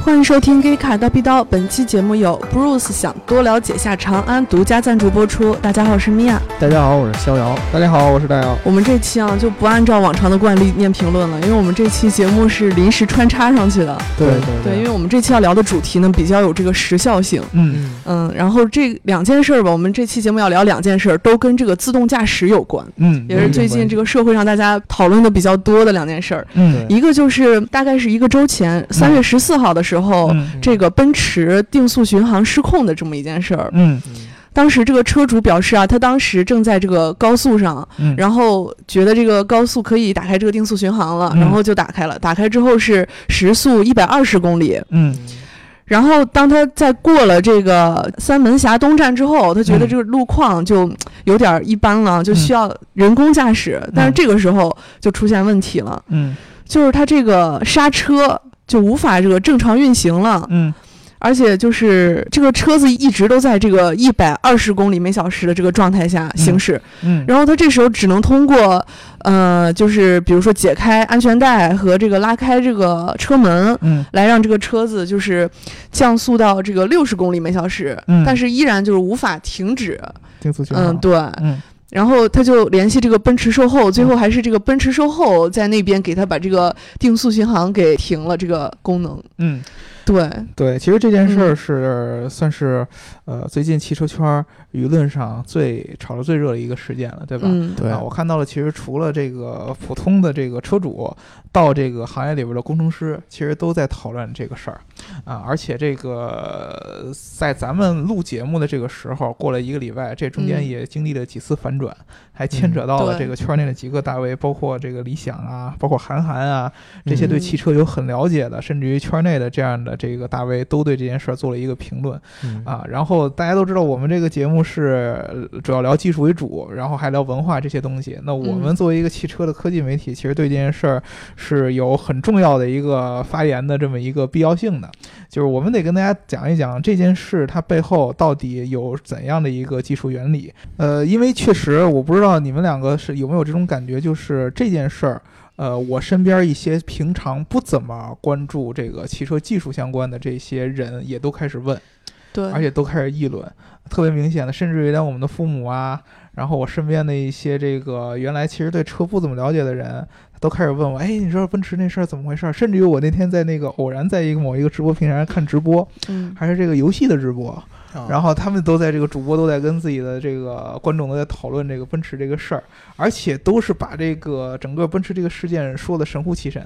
欢迎收听《给卡刀逼刀》，本期节目由 Bruce 想多了解下长安独家赞助播出。大家好，我是米娅。大家好，我是逍遥。大家好，我是大姚。我们这期啊就不按照往常的惯例念评论了，因为我们这期节目是临时穿插上去的。对对对，因为我们这期要聊的主题呢比较有这个时效性。嗯，嗯，然后这两件事儿吧，我们这期节目要聊两件事儿，都跟这个自动驾驶有关，嗯也是最近这个社会上大家讨论的比较多的两件事儿。嗯一个就是大概是一个周前，三月十四号的时候，嗯这个奔驰定速巡航失控的这么一件事儿。嗯当时这个车主表示啊，他当时正在这个高速上，嗯然后觉得这个高速可以打开这个定速巡航了，嗯然后就打开了。打开之后是时速一百二十公里，嗯然后当他在过了这个三门峡东站之后，他觉得嗯这个路况就有点儿一般了，就需要人工驾驶。但是这个时候就出现问题了，嗯就是他这个刹车就无法这个正常运行了。嗯而且就是这个车子一直都在这个一百二十公里每小时的这个状态下行驶，嗯，然后它这时候只能通过，呃，就是比如说解开安全带和这个拉开这个车门，嗯来让这个车子就是降速到这个六十公里每小时，嗯但是依然就是无法停止。定速巡航。嗯，对。嗯然后他就联系这个奔驰售后，最后还是这个奔驰售后在那边给他把这个定速巡航给停了这个功能。嗯对，对，其实这件嗯事儿是、算是呃最近汽车圈儿舆论上最炒得最热的一个事件了，对吧？嗯，对啊，我看到了，其实除了这个普通的这个车主，到这个行业里边的工程师，其实都在讨论这个事儿啊。而且这个呃在咱们录节目的这个时候，过了一个礼拜，这中间嗯也经历了几次反转，还牵扯到了对这个圈内的几个大 V，包括这个理想啊，包括韩寒啊，这些对嗯汽车有很了解的，甚至于圈内的这样的这个大 V 都对这件事儿做了一个评论嗯啊。然后大家都知道，我们这个节目是呃主要聊技术为主，然后还聊文化这些东西。那我嗯们作为一个汽车的科技媒体，其实对这件事儿是有很重要的一个发言的这么一个必要性的，就是我们得跟大家讲一讲这件事它背后到底有怎样的一个技术原理。呃，因为确实我不知道你们两个是有没有这种感觉，就是这件事儿。呃，我身边一些平常不怎么关注这个汽车技术相关的这些人，也都开始问，对，而且都开始议论，特别明显的，甚至于连我们的父母啊，然后我身边的一些这个原来其实对车不怎么了解的人，都开始问我，哎，你知道奔驰那事儿怎么回事儿？甚至于我那天在那个偶然在一个某一个直播平台上看直播，嗯还是这个游戏的直播，啊然后他们都在这个主播都在跟自己的这个观众都在讨论这个奔驰这个事儿，而且都是把这个整个奔驰这个事件说的神乎其神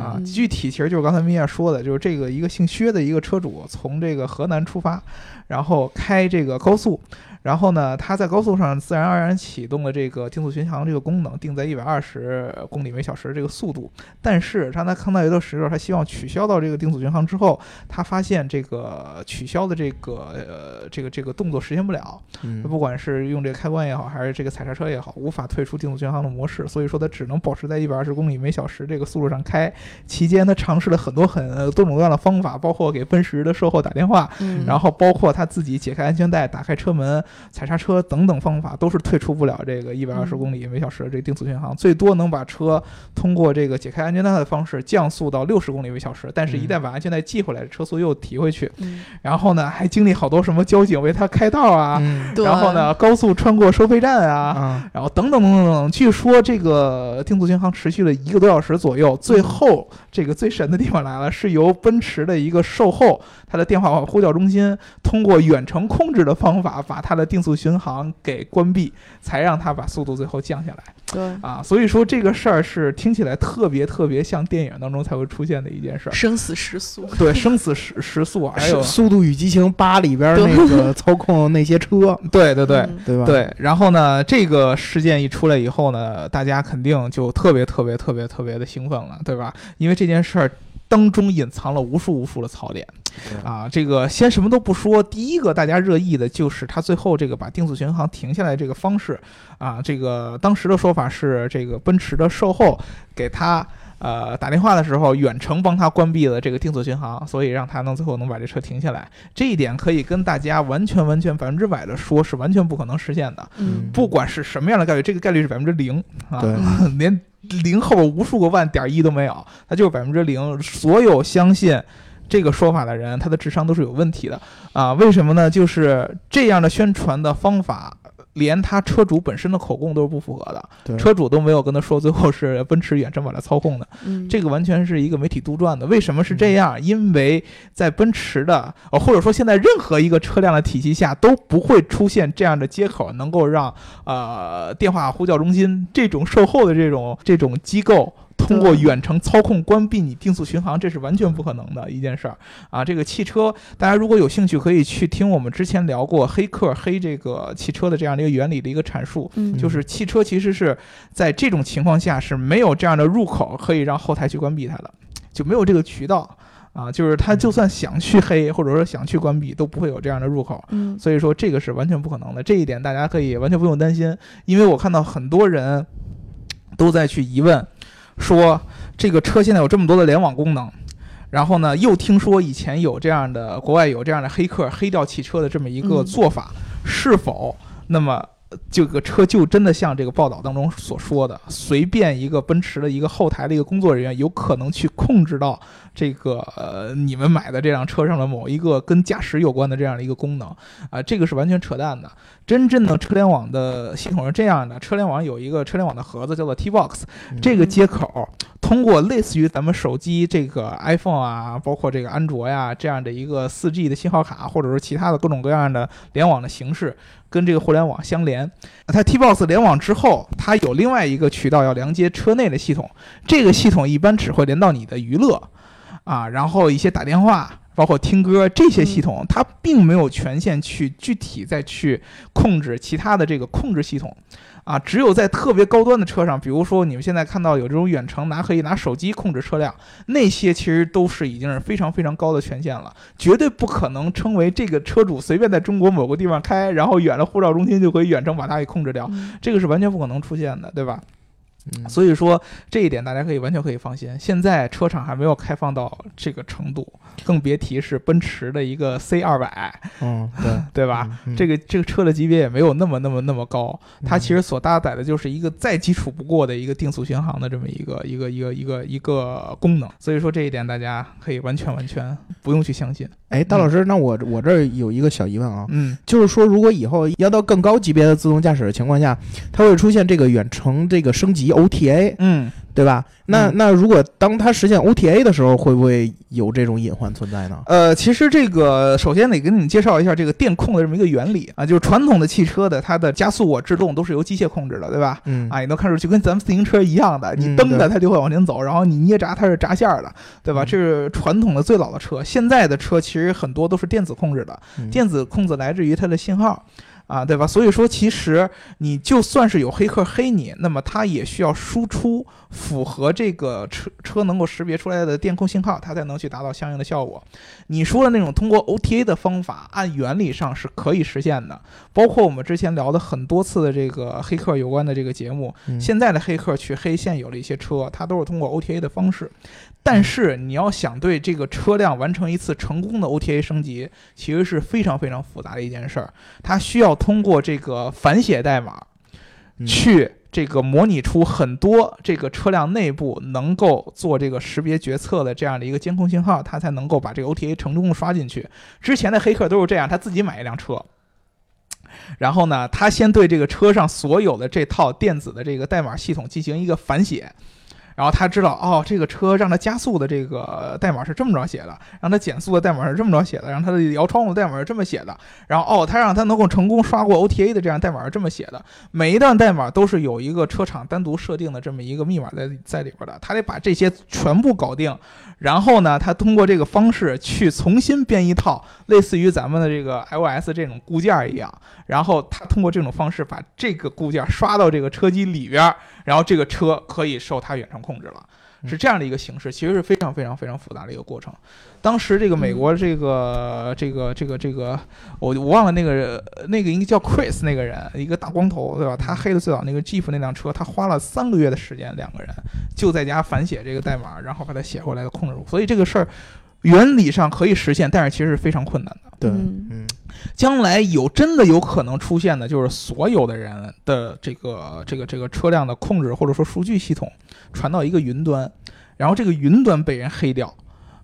啊。嗯具体其实就是刚才米娅说的，就是这个一个姓薛的一个车主从这个河南出发，然后开这个高速。然后呢，他在高速上自然而然启动了这个定速巡航这个功能，定在一百二十公里每小时的这个速度。但是当他看到一段时候，他希望取消到这个定速巡航之后，他发现这个取消的这个呃这个这个动作实现不了，嗯嗯不管是用这个开关也好，还是这个踩刹车也好，无法退出定速巡航的模式，所以说它只能保持在一百二十公里每小时这个速度上开。期间，他尝试了很多很呃多种多样的方法，包括给奔驰的售后打电话，嗯然后包括他自己解开安全带、打开车门、踩刹车等等方法，都是退出不了这个一百二十嗯公里每小时的这个定速巡航，最多能把车通过这个解开安全带的方式降速到六十公里每小时，但是一嗯旦把安全带系回来，车速又提回去。嗯然后呢，还经历好多什么交警为他开道啊，嗯对然后呢，高速穿过收费站啊。啊然后等等等等等等，据说这个定速巡航持续了一个多小时左右，最后这个最神的地方来了，是由奔驰的一个售后，它的电话呼叫中心通过远程控制的方法，把它的定速巡航给关闭，才让它把速度最后降下来对啊。所以说这个事儿是听起来特别特别像电影当中才会出现的一件事儿，生死时速，对，生死时时速，还有《速度与激情八》里边那 个操控那些车，对对对。嗯对吧？，对，然后呢，这个事件一出来以后呢，大家肯定就特别特别特别特别的兴奋了，对吧？因为这件事儿。当中隐藏了无数无数的槽点嗯啊！这个先什么都不说，第一个大家热议的就是他最后这个把定速巡航停下来这个方式啊。这个当时的说法是，这个奔驰的售后给他呃打电话的时候，远程帮他关闭了这个定速巡航，所以让他能最后能把这车停下来。这一点可以跟大家完全完全百分之百的说，是完全不可能实现的。嗯不管是什么样的概率，这个概率是百分之零啊， 对连零后边无数个万点儿一都没有，它就是百分之零。所有相信这个说法的人，他的智商都是有问题的啊！为什么呢？就是这样的宣传的方法，连他车主本身的口供都是不符合的，对，车主都没有跟他说，最后是奔驰远程把他操控的。嗯，这个完全是一个媒体杜撰的。为什么是这样？因为在奔驰的，呃，或者说现在任何一个车辆的体系下，都不会出现这样的接口，能够让呃电话呼叫中心这种售后的这种这种机构。通过对远程操控关闭你定速巡航，这是完全不可能的一件事儿啊！这个汽车，大家如果有兴趣，可以去听我们之前聊过黑客黑这个汽车的这样的一个原理的一个阐述。嗯就是汽车其实是在这种情况下是没有这样的入口可以让后台去关闭它的，就没有这个渠道啊，就是它就算想去黑或者说想去关闭都不会有这样的入口。嗯所以说这个是完全不可能的，这一点大家可以完全不用担心，因为我看到很多人都在去疑问，说这个车现在有这么多的联网功能，然后呢又听说以前有这样的国外有这样的黑客黑掉汽车的这么一个嗯做法，是否那么？这个车就真的像这个报道当中所说的，随便一个奔驰的一个后台的一个工作人员，有可能去控制到这个呃你们买的这辆车上的某一个跟驾驶有关的这样的一个功能啊、这个是完全扯淡的。真正的车联网的系统是这样的，车联网有一个车联网的盒子叫做 T-box，嗯这个接口通过类似于咱们手机这个 iPhone 啊，包括这个安卓呀、这样的一个 4G 的信号卡，或者说其他的各种各样的联网的形式，跟这个互联网相连。它 T-box 联网之后，它有另外一个渠道要连接车内的系统，这个系统一般只会连到你的娱乐啊，然后一些打电话。包括听歌这些系统，它并没有权限去具体再去控制其他的这个控制系统，啊，只有在特别高端的车上，比如说你们现在看到有这种远程拿可以拿手机控制车辆，那些其实都是已经是非常非常高的权限了，绝对不可能称为这个车主随便在中国某个地方开，然后远了护照中心就可以远程把它给控制掉，嗯这个是完全不可能出现的，对吧？嗯所以说这一点大家可以完全可以放心。现在车厂还没有开放到这个程度，更别提是奔驰的一个 C 二百，嗯对对吧？？嗯这个这个车的级别也没有那么那么那么高，它其实所搭载的就是一个再基础不过的一个定速巡航的这么一个一个一个一个一个功能，所以说这一点大家可以完全完全不用去相信。哎，大老师，那我我这儿有一个小疑问啊，嗯就是说，如果以后要到更高级别的自动驾驶的情况下，它会出现这个远程这个升级 OTA，嗯，对吧？那、嗯那如果当它实现 OTA 的时候，会不会有这种隐患存在呢？呃，其实这个首先得给你们介绍一下这个电控的这么一个原理啊，就是传统的汽车的它的加速啊、制动都是由机械控制的，对吧？嗯，啊，你能看出去跟咱们自行车一样的，你嗯蹬对着它就会往前走，然后你捏闸它是闸线儿的，对吧？嗯这是传统的最老的车，现在的车其实很多都是电子控制的，嗯电子控制来自于它的信号。啊，对吧？所以说，其实你就算是有黑客黑你，那么它也需要输出符合这个车车能够识别出来的电控信号，它才能去达到相应的效果。你说的那种通过 OTA 的方法，按原理上是可以实现的。包括我们之前聊的很多次的这个黑客有关的这个节目，嗯现在的黑客去黑现有的一些车，它都是通过 OTA 的方式，但是你要想对这个车辆完成一次成功的 OTA 升级，其实是非常非常复杂的一件事儿。它需要通过这个反写代码嗯去这个模拟出很多这个车辆内部能够做这个识别决策的这样的一个监控信号，它才能够把这个 OTA 成功的刷进去。之前的黑客都是这样，他自己买一辆车，然后呢，他先对这个车上所有的这套电子的这个代码系统进行一个反写，然后他知道哦，这个车让它加速的这个代码是这么着写的，让它减速的代码是这么着写的，让它的摇窗户代码是这么写的，然后哦，他让它能够成功刷过 OTA 的这样代码是这么写的。每一段代码都是有一个车厂单独设定的这么一个密码在在里边的，他得把这些全部搞定，然后呢，他通过这个方式去重新编一套类似于咱们的这个 iOS 这种固件儿一样，然后他通过这种方式把这个固件刷到这个车机里边儿，然后这个车可以受它远程控制了。是这样的一个形式，其实是非常非常非常复杂的一个过程。当时这个美国这个这个这个这个，我我忘了那个呃那个应该叫 Chris 那个人，一个大光头，对吧？他黑的最早那个 Jeep 那辆车，他花了三个月的时间，两个人就在家反写这个代码，然后把它写回来的控制住。所以这个事儿原理上可以实现，但是其实是非常困难的。对，嗯嗯将来有真的有可能出现的，就是所有的人的这个这个这个车辆的控制或者说数据系统传到一个云端，然后这个云端被人黑掉。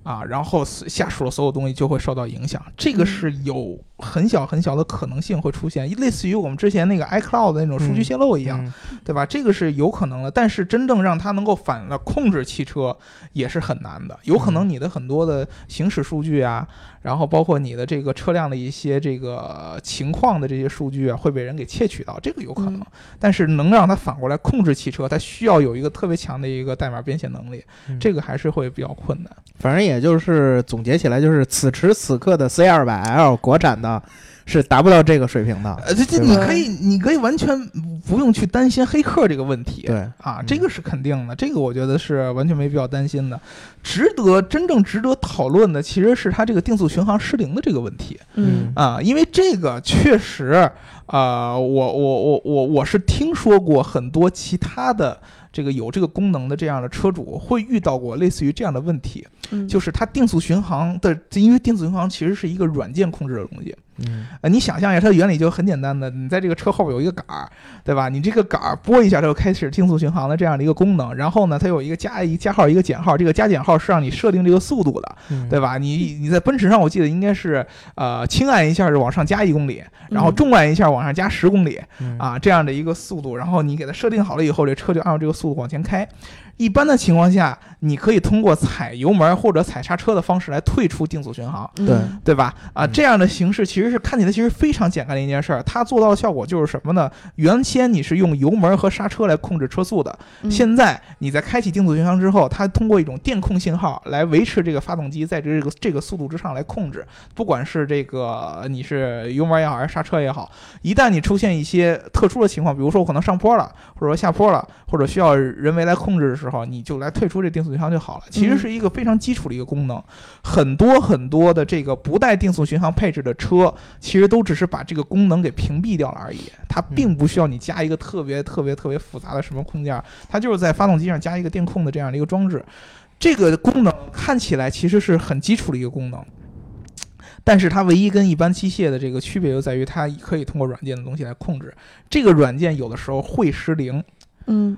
啊，然后下属的所有东西就会受到影响。这个是有很小很小的可能性会出现，类似于我们之前那个 iCloud 的那种数据泄露一样，嗯对吧？这个是有可能的，但是真正让它能够反了控制汽车也是很难的。有可能你的很多的行驶数据啊，然后包括你的这个车辆的一些这个情况的这些数据啊，会被人给窃取到，这个有可能嗯。但是能让它反过来控制汽车，它需要有一个特别强的一个代码编写能力，嗯这个还是会比较困难。反正也就是总结起来，就是此时此刻的 C 二百 L 国产的是达不到这个水平的。呃，这这对你吧可以，你可以完全不用去担心黑客这个问题。对，啊嗯，这个是肯定的，这个我觉得是完全没必要担心的。值得真正值得讨论的，其实是它这个定速巡航失灵的这个问题嗯啊，因为这个确实，呃，我我我我我是听说过很多其他的这个有这个功能的这样的车主会遇到过类似于这样的问题，嗯，就是它定速巡航的，因为定速巡航其实是一个软件控制的东西，嗯，呃，你想象一下，它的原理就很简单的，你在这个车后边有一个杆儿，对吧？你这个杆儿拨一下，它就开始定速巡航的这样的一个功能。然后呢，它有一个加一加号一个减号，这个加减号是让你设定这个速度的，嗯对，吧？你你在奔驰上，我记得应该是呃轻按一下就往上加一公里，然后嗯重按一下往上加十公里嗯，啊这样的一个速度。然后你给它设定好了以后，这车就按照这个速度往前开。一般的情况下，你可以通过踩油门或者踩刹车的方式来退出定速巡航。嗯对对吧？啊，嗯这样的形式其实是看起来其实非常简单的一件事儿，它做到的效果就是什么呢？原先你是用油门和刹车来控制车速的，嗯现在你在开启定速巡航之后，它通过一种电控信号来维持这个发动机在这个这个速度之上来控制，不管是这个你是油门也好还是刹车也好，一旦你出现一些特殊的情况，比如说我可能上坡了，或者说下坡了，或者需要人为来控制的时候，你就来退出这定速巡航就好了。其实是一个非常基础的一个功能，很多很多的这个不带定速巡航配置的车，其实都只是把这个功能给屏蔽掉了而已，它并不需要你加一个特别特别特别复杂的什么控件，它就是在发动机上加一个电控的这样的一个装置。这个功能看起来其实是很基础的一个功能，但是它唯一跟一般机械的这个区别就在于，它可以通过软件的东西来控制。这个软件有的时候会失灵，嗯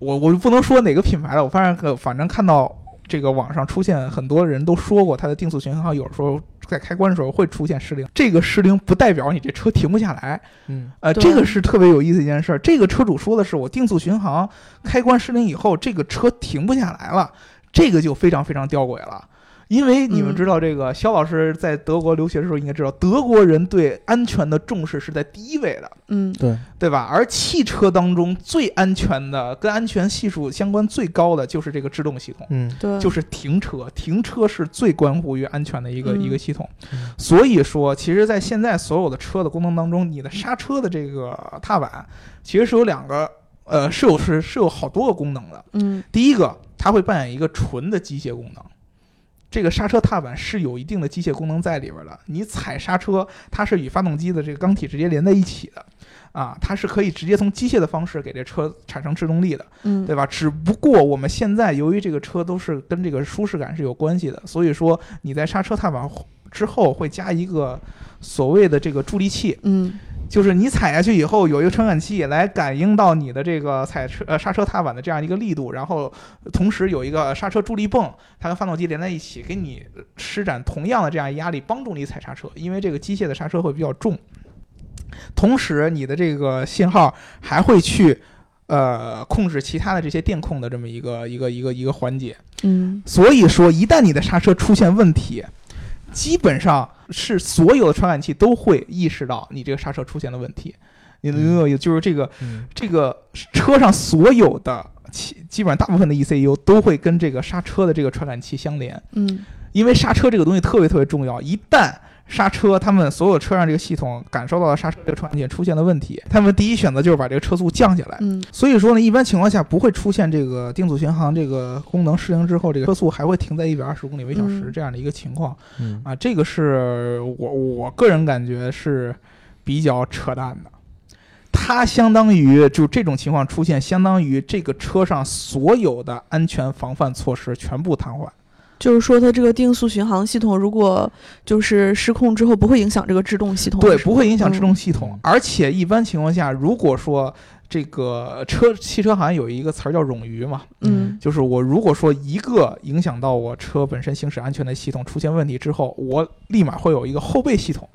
我我不能说哪个品牌了，我发现呃反正看到这个网上出现很多人都说过，它的定速巡航有时候在开关的时候会出现失灵，这个失灵不代表你这车停不下来，嗯呃，对这个是特别有意思的一件事儿。这个车主说的是，我定速巡航开关失灵以后，这个车停不下来了，这个就非常非常吊诡了。因为你嗯们知道，这个肖老师在德国留学的时候应该知道，德国人对安全的重视是在第一位的。嗯对，对吧？而汽车当中最安全的、跟安全系数相关最高的就是这个制动系统，嗯对，就是停车。停车是最关乎于安全的一个、嗯一个系统嗯。所以说，其实，在现在所有的车的功能当中，你的刹车的这个踏板其实是有两个，呃，是有是是有好多个功能的。嗯第一个，它会扮演一个纯的机械功能。这个刹车踏板是有一定的机械功能在里边的，你踩刹车，它是与发动机的这个缸体直接连在一起的，啊，它是可以直接从机械的方式给这车产生制动力的，嗯对吧？只不过我们现在由于这个车都是跟这个舒适感是有关系的，所以说你在刹车踏板之后会加一个所谓的这个助力器，嗯就是你踩下去以后，有一个传感器来感应到你的这个踩车呃刹车踏板的这样一个力度，然后同时有一个刹车助力泵，它跟发动机连在一起，给你施展同样的这样压力，帮助你踩刹车，因为这个机械的刹车会比较重。同时，你的这个信号还会去呃控制其他的这些电控的这么一个一个一个一个环节。嗯所以说，一旦你的刹车出现问题，基本上是所有的传感器都会意识到你这个刹车出现了问题。你能有，也就是这个嗯这个车上所有的其基本上大部分的 ECU 都会跟这个刹车的这个传感器相连，嗯因为刹车这个东西特别特别重要，一旦刹车，他们所有车上这个系统感受到了刹车这个传感器出现了问题，他们第一选择就是把这个车速降下来，嗯所以说呢，一般情况下不会出现这个定速巡航这个功能失灵之后，这个车速还会停在一百二十公里每小时嗯这样的一个情况、嗯啊。这个是我我个人感觉是比较扯淡的。它相当于就这种情况出现，相当于这个车上所有的安全防范措施全部瘫痪。哦就是说它这个定速巡航系统如果就是失控之后，不会影响这个制动系统，对，是不会影响制嗯动系统。而且一般情况下，如果说这个车汽车行业有一个词儿叫冗余嘛，嗯就是我如果说一个影响到我车本身行驶安全的系统出现问题之后，我立马会有一个后备系统。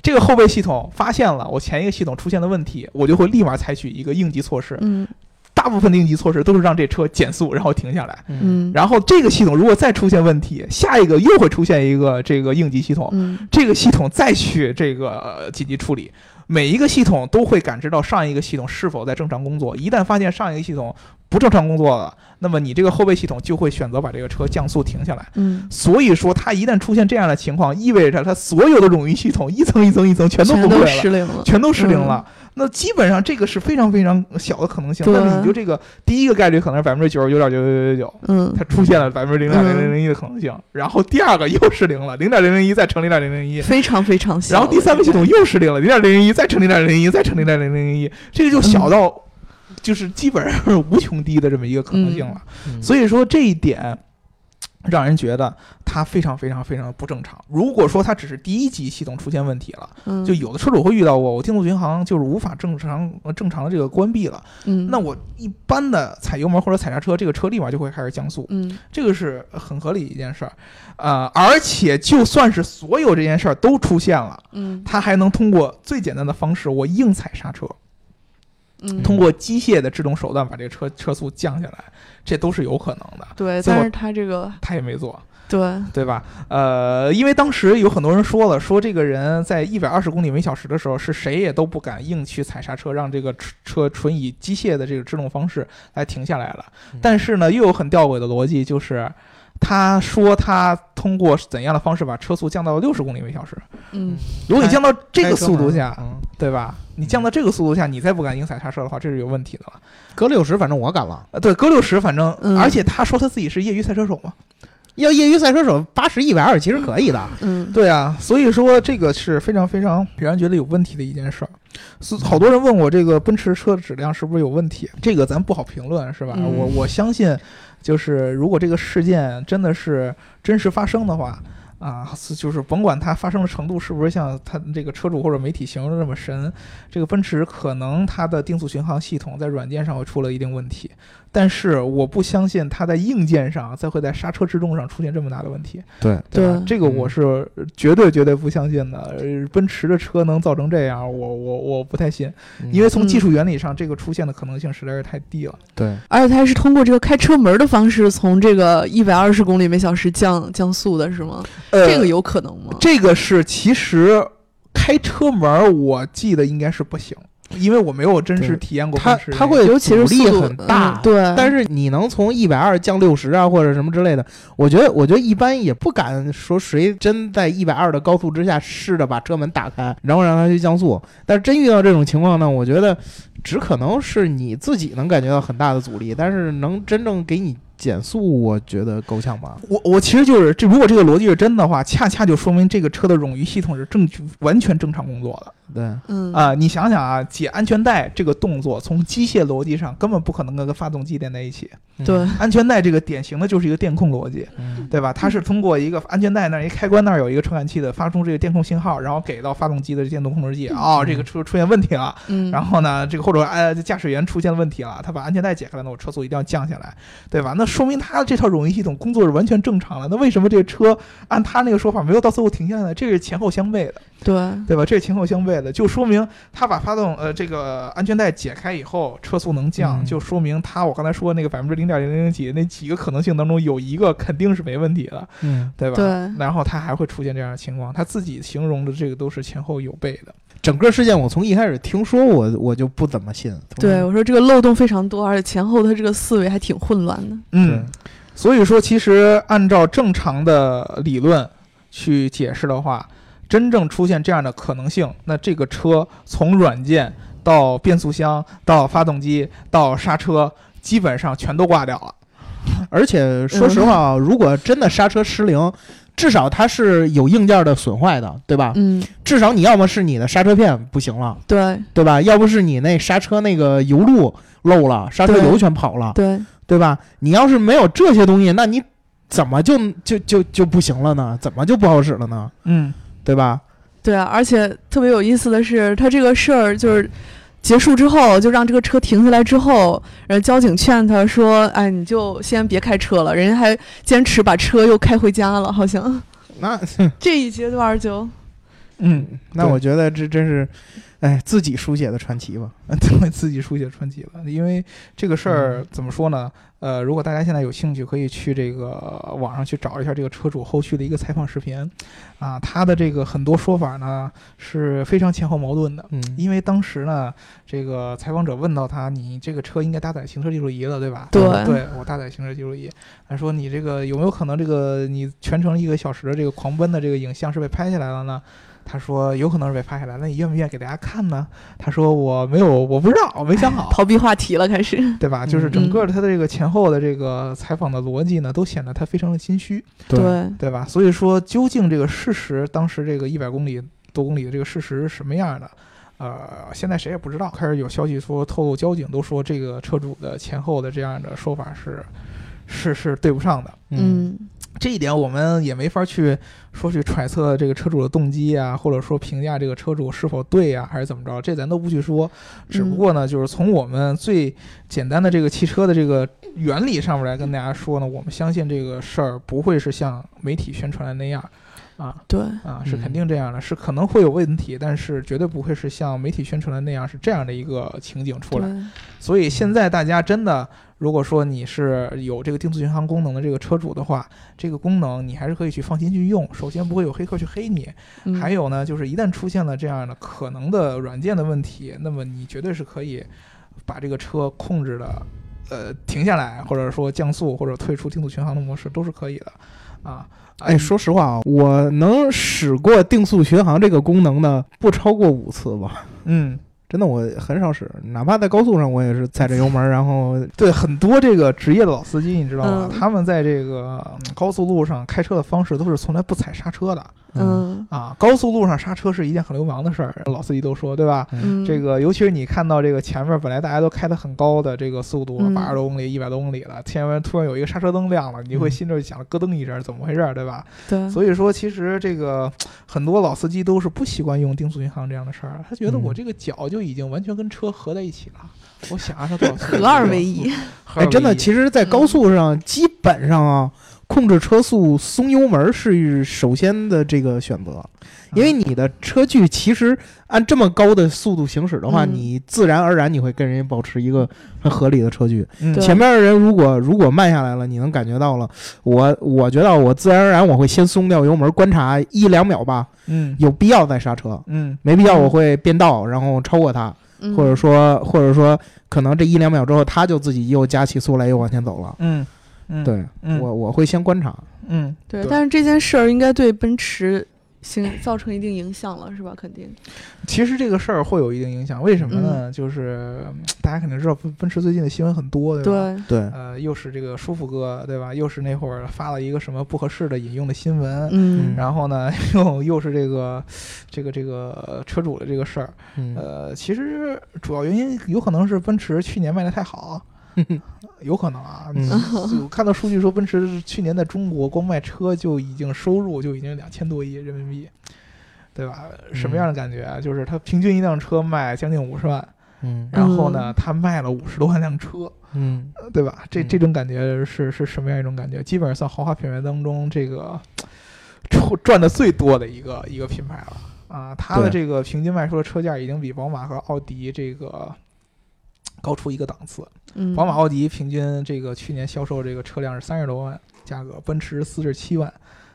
这个后备系统发现了我前一个系统出现的问题，我就会立马采取一个应急措施。嗯大部分的应急措施都是让这车减速，然后停下来。嗯嗯，然后这个系统如果再出现问题，下一个又会出现一个这个应急系统，嗯这个系统再去这个呃紧急处理。每一个系统都会感知到上一个系统是否在正常工作，一旦发现上一个系统不正常工作了，那么你这个后备系统就会选择把这个车降速停下来。嗯，所以说，它一旦出现这样的情况，意味着它所有的冗余系统一层一层一层全都全崩都溃了。失灵了，全都失灵了。那基本上这个是非常非常小的可能性。对那么你就这个第一个概率可能是百分之九十九点九九九九九，嗯它出现了百分之零点零零零一的可能性。然后第二个又失灵了，零点零零一再乘零点零零一。非常非常小。然后第三个系统又失灵了，零点零零一再乘零点零零一再乘零点零零零一，这个就小到就是基本上是无穷低的这么一个可能性了。嗯所以说这一点让人觉得它非常非常非常不正常。如果说它只是第一级系统出现问题了。嗯就有的车主会遇到过，我定速巡航就是无法正常呃正常的这个关闭了，嗯那我一般的踩油门或者踩刹车，这个车立马就会开始降速，嗯这个是很合理的一件事儿，呃，而且就算是所有这件事儿都出现了，嗯它还能通过最简单的方式，我硬踩刹车，嗯通过机械的制动手段把这个车车速降下来，这都是有可能的，对，所以但我是他这个他也没做，对对吧？呃，因为当时有很多人说了，说这个人在一百二十公里每小时的时候，是谁也都不敢硬去踩刹车，让这个车车纯以机械的这个制动方式来停下来了嗯。但是呢，又有很吊诡的逻辑，就是他说他通过怎样的方式把车速降到六十公里每小时。嗯如果你开降到这开个车速门度下，嗯对吧？你降到这个速度下，你再不敢硬踩刹车的话，这是有问题的了。隔六十，反正我敢了。呃，对，搁六十，反正、嗯而且他说他自己是业余赛车手嘛，要业余赛车手八十、一百二其实可以的。嗯对啊，所以说这个是非常非常让人觉得有问题的一件事儿。所以好多人问我这个奔驰车质量是不是有问题，这个咱不好评论，是吧？嗯我我相信，就是如果这个事件真的是真实发生的话。啊，是就是甭管它发生的程度是不是像它这个车主或者媒体形容的那么神，这个奔驰可能它的定速巡航系统在软件上会出了一定问题，但是我不相信它在硬件上再会在刹车制动上出现这么大的问题。对，吧对这个我是绝对绝对不相信的。呃奔驰的车能造成这样，我我我不太信，嗯因为从技嗯术原理上，这个出现的可能性实在是太低了。对，而且他是通过这个开车门的方式，从这个一百二十公里每小时降降速的是吗？呃这个有可能吗？这个是其实开车门儿，我记得应该是不行，因为我没有真实对体验过他奔驰那个。他会尤其是阻力速度很嗯，大对，但是你能从一百二降六十啊，或者什么之类的，我觉得，我觉得一般也不敢说谁真在一百二的高速之下试着把车门打开，然后让它去降速。但是真遇到这种情况呢，我觉得只可能是你自己能感觉到很大的阻力，但是能真正给你减速，我觉得够呛吧。我我其实就是这，如果这个逻辑是真的话，恰恰就说明这个车的冗余系统是正完全正常工作的。对，嗯啊、你想想啊，解安全带这个动作，从机械逻辑上根本不可能跟发动机连在一起。嗯对，安全带这个典型的就是一个电控逻辑，嗯对吧？它是通过一个安全带那儿一开关那儿有一个传感器的，发出这个电控信号，然后给到发动机的电动控制器，哦，这个车出现问题了。嗯，然后呢，这个或者呃驾驶员出现问题了，他把安全带解开了，那我车速一定要降下来，对吧？那说明他这套冗余系统工作是完全正常的。那为什么这个车按他那个说法没有到最后停下来呢？这个是前后相悖的。对，对吧？这是前后相悖的，就说明他把发动呃这个安全带解开以后，车速能降，嗯就说明他我刚才说那个百分之零点零零几那几个可能性当中有一个肯定是没问题的，嗯，对吧？对然后他还会出现这样的情况，他自己形容的这个都是前后有悖的。整个事件我从一开始听说我我就不怎么信。从对，，我说这个漏洞非常多，而且前后他这个思维还挺混乱的。啊对，嗯所以说，其实按照正常的理论去解释的话，真正出现这样的可能性，那这个车从软件到变速箱到发动机到刹车，基本上全都挂掉了。而且说实话啊，如果真的刹车失灵，至少它是有硬件的损坏的，对吧？嗯，至少你要么是你的刹车片不行了，对对吧？要不是你那刹车那个油路漏了，刹车对油全跑了，对对吧？你要是没有这些东西，那你怎么就就就就不行了呢？怎么就不好使了呢？嗯，对吧？对啊！而且特别有意思的是，他这个事儿就是结束之后，就让这个车停下来之后，然后交警劝他说：“哎，你就先别开车了。”人家还坚持把车又开回家了，好 像那这一阶段就嗯，那我觉得这真是，哎，自己书写的传奇吧。对自己书写传奇了，因为这个事儿怎么说呢？呃，如果大家现在有兴趣，可以去这个呃网上去找一下这个车主后续的一个采访视频，啊，他的这个很多说法呢是非常前后矛盾的。嗯，因为当时呢，这个采访者问到他：“你这个车应该搭载行车记录仪了，对吧？”对对我搭载行车记录仪。他说：“你这个有没有可能，这个你全程一个小时的这个狂奔的这个影像是被拍下来了呢？”他说：“有可能是被拍下来。那你愿不愿意给大家看呢？”他说：“我没有，我不知道，我没想好。”逃避话题了，开始。对吧？就是嗯整个他的这个前后的这个采访的逻辑呢，都显得他非常的心虚，对对，对吧？所以说，究竟这个事实，当时这个一百公里多公里的这个事实是什么样的？呃，现在谁也不知道。开始有消息说，透露交警都说这个车主的前后的这样的说法是，是是对不上的。嗯，这一点我们也没法去说去揣测这个车主的动机啊，或者说评价这个车主是否对啊，还是怎么着，这咱都不去说。只不过呢，就是从我们最简单的这个汽车的这个原理上面来跟大家说呢，我们相信这个事儿不会是像媒体宣传的那样。啊对，啊，是嗯肯定这样的，是可能会有问题，但是绝对不会是像媒体宣传的那样是这样的一个情景出来。对所以现在大家真的，如果说你是有这个定速巡航功能的这个车主的话，这个功能你还是可以去放心去用。首先不会有黑客去黑你，嗯还有呢，就是一旦出现了这样的可能的软件的问题，那么你绝对是可以把这个车控制的，呃，停下来，或者说降速，或者退出定速巡航的模式都是可以的，啊，哎，说实话啊，我能使过定速巡航这个功能的不超过五次吧。嗯，真的，我很少使，哪怕在高速上，我也是踩着油门儿，然后对，很多这个职业的老司机，你知道吗？嗯他们在这个嗯高速路上开车的方式都是从来不踩刹车的。嗯啊，高速路上刹车是一件很流氓的事儿，老司机都说，对吧？哎嗯，这个，尤其是你看到这个前面本来大家都开得很高的这个速度，嗯八十多公里、一百多公里了，前面突然有一个刹车灯亮了，你就会嗯心里想咯噔一声，怎么回事儿，对吧？对，所以说，其实这个很多老司机都是不习惯用定速巡航这样的事儿，他觉得嗯我这个脚就已经完全跟车合在一起了，我想让它多少合二为一，合哎，二为一，真的，其实，在高速嗯上，基本上啊，控制车速松油门是首先的这个选择，因为你的车距其实按这么高的速度行驶的话，嗯你自然而然你会跟人家保持一个很合理的车距。嗯对前面的人如果如果慢下来了，你能感觉到了，我我觉得我自然而然我会先松掉油门，观察一两秒吧，嗯有必要再刹车。嗯没必要，我会变道，然后超过他，嗯或者说，或者说，可能这一两秒之后，他就自己又加起速来，又往前走了。嗯嗯，对，嗯我我会先观察。嗯对，但是这件事儿应该对奔驰形造成一定影响了，是吧？肯定，其实这个事儿会有一定影响，为什么呢？就是嗯大家肯定知道奔奔驰最近的新闻很多，对吧？对，对，呃，又是这个舒服哥，对吧？又是那会儿发了一个什么不合适的引用的新闻，嗯，然后呢， 又又是这个这个这个车主的这个事儿。嗯，呃，其实主要原因有可能是奔驰去年卖的太 好，有可能啊。嗯就我看到数据说，奔驰去年在中国光卖车就已经收入就已经两千多亿人民币，对吧？什么样的感觉啊？就是它平均一辆车卖将近五十万，嗯然后呢，它卖了五十多万辆车，嗯，呃对吧？这嗯这种感觉是是什么样一种感觉？基本上算豪华品牌当中这个出赚的最多的一个一个品牌了啊！它的对这个平均卖出的车价已经比宝马和奥迪这个高出一个档次。嗯，宝马、奥迪平均这个去年销售这个车辆是三十多万价格，奔驰四十七万，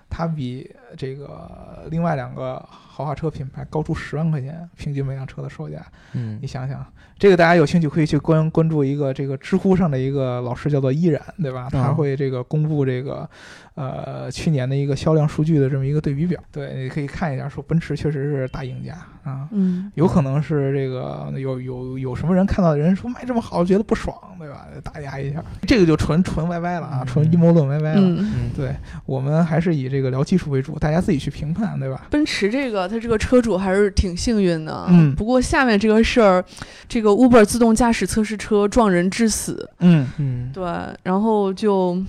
它比这个另外两个豪华车品牌高出十万块钱平均每辆车的售价。嗯你想想，这个大家有兴趣可以去关关注一个这个知乎上的一个老师叫做依然，对吧？他嗯会这个公布这个呃去年的一个销量数据的这么一个对比表，对，你可以看一下，说奔驰确实是大赢家啊。嗯，有可能是这个有有有什么人看到人说卖这么好，觉得不爽，对吧？打压一下，这个就纯纯 YY 了啊，嗯纯阴谋论 YY 了。嗯。嗯，对我们还是以这个聊技术为主，大家自己去评判，对吧？奔驰这个，它这个车主还是挺幸运的。啊嗯不过下面这个事儿，这个 Uber 自动驾驶测试车撞人致死，嗯嗯，对，然后就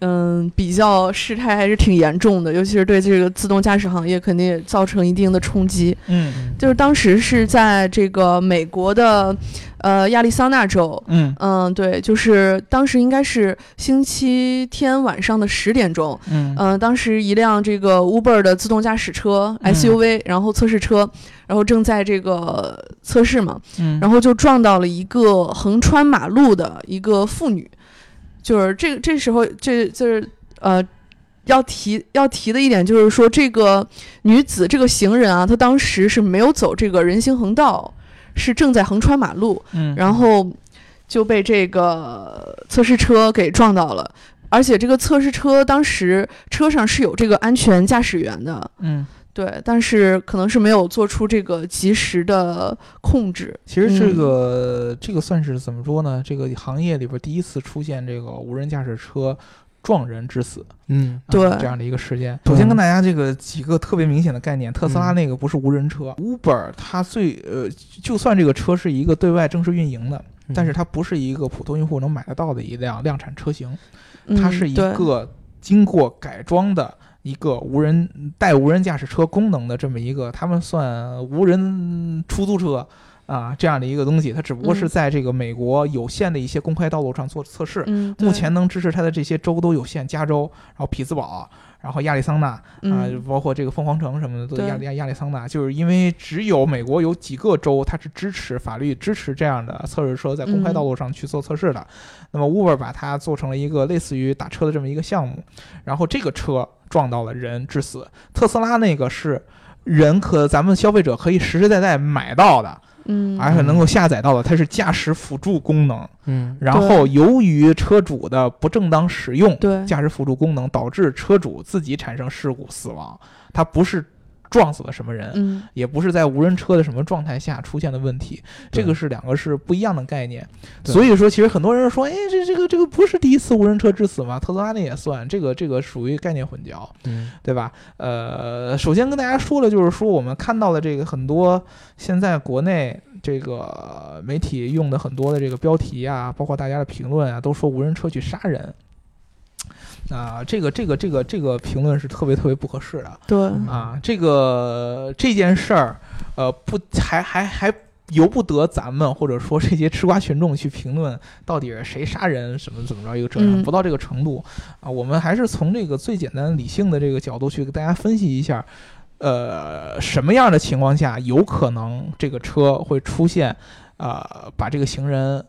嗯，比较事态还是挺严重的，尤其是对这个自动驾驶行业，肯定也造成一定的冲击。嗯就是当时是在这个美国的，呃，亚利桑那州，嗯嗯，对，就是当时应该是星期天晚上的十点钟，嗯嗯、当时一辆这个 Uber 的自动驾驶车嗯 SUV，、然后测试车，然后正在这个测试嘛，嗯然后就撞到了一个横穿马路的一个妇女，就是这这时候这就是呃。要提要提的一点就是说，这个女子这个行人啊，她当时是没有走这个人行横道，是正在横穿马路，嗯然后就被这个测试车给撞到了。而且这个测试车当时车上是有这个安全驾驶员的，嗯，对，但是可能是没有做出这个及时的控制。其实这嗯个、这个算是怎么说呢？这个行业里边第一次出现这个无人驾驶车撞人致死，嗯啊对这样的一个事件。嗯对首先跟大家这个几个特别明显的概念，特斯拉嗯那个不是无人车、u b e r 它最呃，就算这个车是一个对外正式运营的，嗯但是它不是一个普通用户能买得到的一辆量产车型，嗯、它是一对个经过改装的。一个无人带无人驾驶车功能的这么一个，他们算无人出租车啊，这样的一个东西，它只不过是嗯在这个美国有限的一些公开道路上做测试，嗯，对目前能支持它的这些州都有限，加州，然后匹兹堡，然后亚利桑那啊、嗯包括这个凤凰城什么的，都对亚利亚亚利桑那，就是因为只有美国有几个州它是支持法律支持这样的测试车在公开嗯道路上去做测试的。那么 Uber 把它做成了一个类似于打车的这么一个项目，然后这个车撞到了人致死，特斯拉那个是。人可，咱们消费者可以实实在在买到的，嗯，而且能够下载到的，它是驾驶辅助功能。嗯然后由于车主的不正当使用对驾驶辅助功能，导致车主自己产生事故死亡，他不是撞死了什么人。嗯也不是在无人车的什么状态下出现的问题，对这个是两个是不一样的概念。对所以说，其实很多人说，哎，这这个这个不是第一次无人车致死吗？特斯拉那也算，这个这个属于概念混淆。嗯对吧？呃，首先跟大家说了，就是说我们看到的这个很多现在国内这个媒体用的很多的这个标题啊，包括大家的评论啊，都说无人车去杀人。啊、这个这个这个这个评论是特别特别不合适的对啊！这个这件事儿，呃，不还还还由不得咱们或者说这些吃瓜群众去评论到底是谁杀人什么怎么着一个责嗯任，不到这个程度啊。我们还是从这个最简单理性的这个角度去给大家分析一下，呃，什么样的情况下有可能这个车会出现呃把这个行人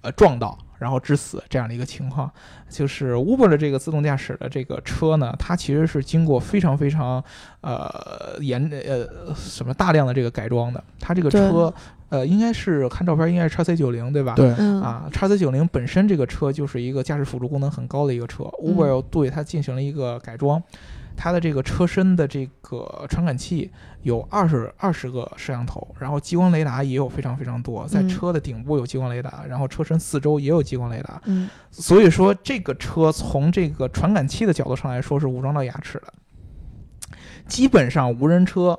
呃撞到。然后致死这样的一个情况，就是 Uber 的这个自动驾驶的这个车呢，它其实是经过非常非常呃严呃什么大量的这个改装的。它这个对车呃应该是看照片应该是 x C 九零对吧？对嗯啊，x C 九零本身这个车就是一个驾驶辅助功能很高的一个车嗯，Uber 又对它进行了一个改装，它的这个车身的这个传感器有二十二十个摄像头，然后激光雷达也有非常非常多，在嗯车的顶部有激光雷达，然后车身四周也有激光雷达，嗯所以说这个车从这个传感器的角度上来说是武装到牙齿的，基本上无人车，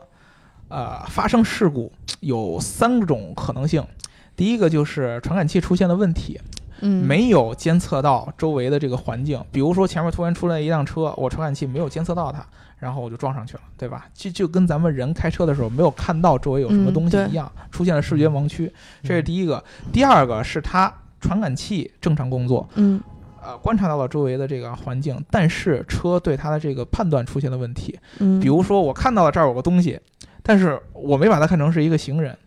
呃，发生事故有三种可能性。第一个就是传感器出现了问题，嗯没有监测到周围的这个环境，比如说前面突然出来一辆车，我传感器没有监测到它，然后我就撞上去了，对吧？就就跟咱们人开车的时候没有看到周围有什么嗯东西对嗯一样，出现了视觉盲区，这是第一个。第二个是它传感器正常工作，嗯呃，观察到了周围的这个环境，但是车对它的这个判断出现了问题。嗯，比如说，我看到了这儿有个东西，但是我没把它看成是一个行人，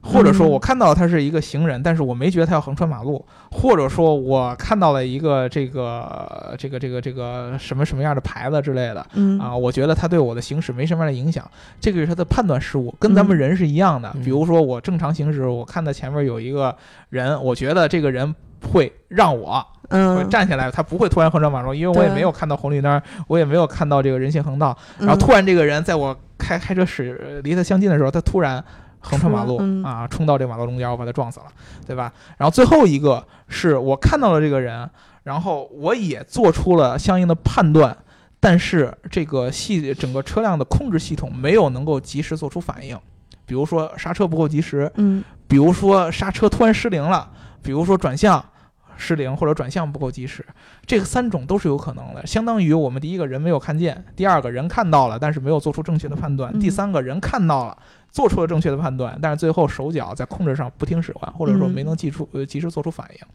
或者说嗯我看到了它是一个行人，但是我没觉得它要横穿马路，或者说我看到了一个这个这个这个这个什么什么样的牌子之类的。嗯啊，我觉得它对我的行驶没什么样的影响，这个是它的判断失误，跟咱们嗯人是一样的。嗯比如说我正常行驶，我看到前面有一个人，我觉得这个人会让我，会嗯，站起来，他不会突然横穿马路，因为我也对没有看到红绿灯，我也没有看到这个人行横道。然后嗯突然这个人在我开开车驶离他相近的时候，他突然横穿马路、冲了嗯啊，冲到这马路中间，我把他撞死了，对吧？然后最后一个是我看到了这个人，然后我也做出了相应的判断。但是这个系整个车辆的控制系统没有能够及时做出反应，比如说刹车不够及时，嗯比如说刹车突然失灵了，比如说转向失灵或者转向不够及时，这个三种都是有可能的。相当于我们第一个人没有看见，第二个人看到了，但是没有做出正确的判断，嗯第三个人看到了。做出了正确的判断，但是最后手脚在控制上不听使唤，或者说嗯没能记出呃及时做出反应。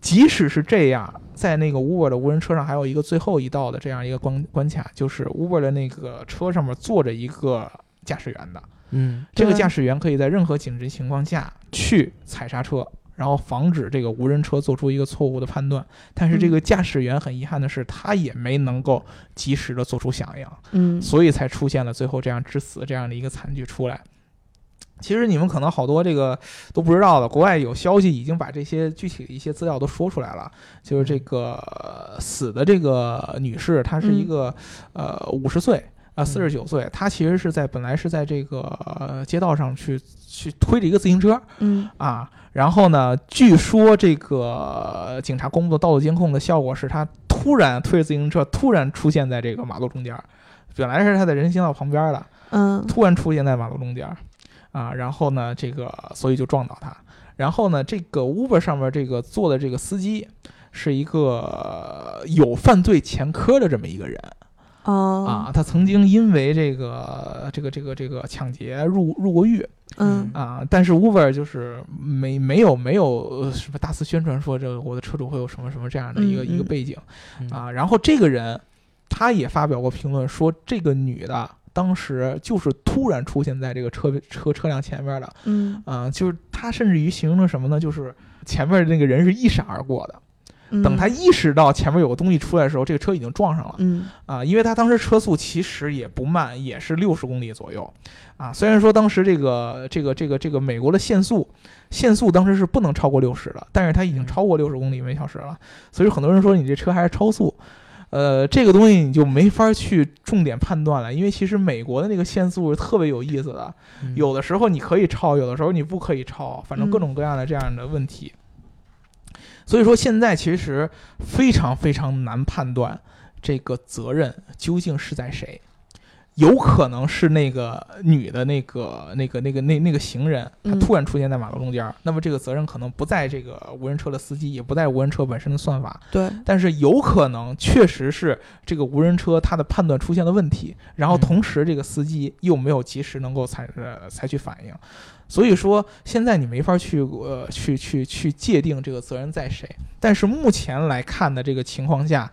即使是这样，在那个 Uber 的无人车上还有一个最后一道的这样一个关关卡，就是 Uber 的那个车上面坐着一个驾驶员的，嗯这个对驾驶员可以在任何紧急情况下去踩刹车，然后防止这个无人车做出一个错误的判断。但是这个驾驶员很遗憾的是，他也没能够及时的做出响应，嗯所以才出现了最后这样致死这样的一个惨剧出来。其实你们可能好多这个都不知道的，国外有消息已经把这些具体的一些资料都说出来了。就是这个呃死的这个女士，她是一个、呃五十岁啊四十九岁，她其实是在本来是在这个、呃街道上去去推着一个自行车，嗯啊，然后呢，据说这个呃警察公布的道路监控的效果是他突然推着自行车突然出现在这个马路中间儿，本来是他在人行道旁边儿的，嗯突然出现在马路中间儿，啊，然后呢，这个所以就撞到他。然后呢，这个 Uber 上面这个坐的这个司机是一个呃有犯罪前科的这么一个人哦啊，他曾经因为这个这个这个这个抢劫入入过狱，嗯啊，但是 Uber 就是没没有没有呃什么大肆宣传说这个我的车主会有什么什么这样的一个、嗯一个嗯背景嗯啊。然后这个人他也发表过评论说，这个女的当时就是突然出现在这个车车车辆前面的嗯啊，就是她甚至于形容了什么呢？就是前面那个人是一闪而过的，嗯，等她意识到前面有个东西出来的时候，这个车已经撞上了。嗯啊，因为他当时车速其实也不慢，也是六十公里左右，啊，虽然说当时这个这个这个这个美国的限速，限速当时是不能超过六十的，但是他已经嗯超过六十公里每小时了，所以很多人说你这车还是超速，呃，这个东西你就没法去重点判断了，因为其实美国的那个限速是特别有意思的，嗯有的时候你可以超，有的时候你不可以超，反正嗯各种各样的这样的问题。所以说，现在其实非常非常难判断这个责任究竟是在谁，有可能是那个女的那个那个那个那那个行人，她嗯突然出现在马路中间儿，那么这个责任可能不在这个无人车的司机，也不在无人车本身的算法，对，但是有可能确实是这个无人车它的判断出现了问题，然后嗯同时这个司机又没有及时能够采呃采取反应，所以说现在你没法去呃去去去界定这个责任在谁，但是目前来看的这个情况下，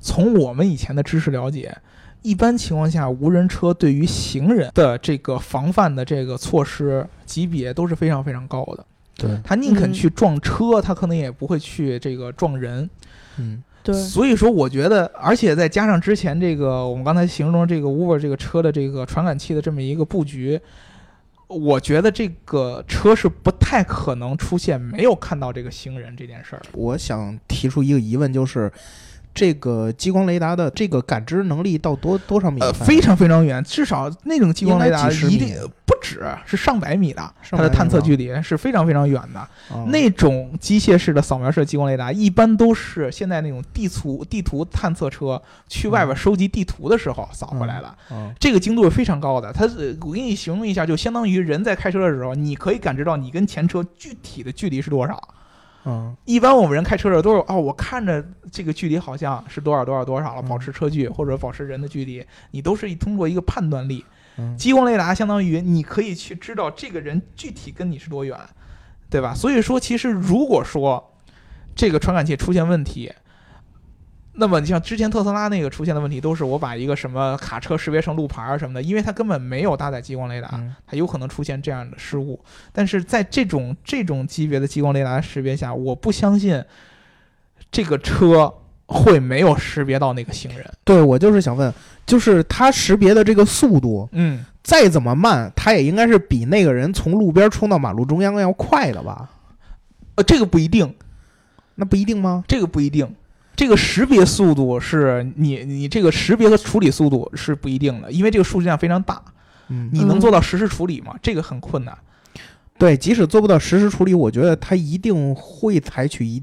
从我们以前的知识了解。一般情况下，无人车对于行人的这个防范的这个措施级别都是非常非常高的。对，他宁肯嗯去撞车，他可能也不会去这个撞人。嗯对，所以说，我觉得，而且再加上之前这个我们刚才形容这个 Uber 这个车的这个传感器的这么一个布局，我觉得这个车是不太可能出现没有看到这个行人这件事儿。我想提出一个疑问，就是这个激光雷达的这个感知能力到多多少米啊的呃，范围？非常非常远，至少那种激光雷达应该几十米一定不止是上百米的，上它百的米探测吗距离是非常非常远的。哦那种机械式的扫描式激光雷达，一般都是现在那种地图地图探测车去外边收集地图的时候扫回来的。哦这个精度是非常高的，它是我给你形容一下，就相当于人在开车的时候，你可以感知到你跟前车具体的距离是多少。嗯一般我们人开车的时候都是哦，我看着这个距离好像是多少多少多少了，嗯保持车距或者保持人的距离，你都是通过一个判断力。嗯激光雷达相当于你可以去知道这个人具体跟你是多远，对吧？所以说，其实如果说这个传感器出现问题，那么你像之前特斯拉那个出现的问题，都是我把一个什么卡车识别成路牌儿什么的，因为它根本没有搭载激光雷达，嗯它有可能出现这样的失误。但是在这种这种级别的激光雷达识别下，我不相信这个车会没有识别到那个行人。对我就是想问，就是它识别的这个速度嗯，再怎么慢，它也应该是比那个人从路边冲到马路中央要快的吧？呃，这个不一定，那不一定吗？这个不一定。这个识别速度是你你这个识别和处理速度是不一定的，因为这个数据量非常大，嗯，你能做到实时处理吗？这个很困难。对，即使做不到实时处理，我觉得它一定会采取一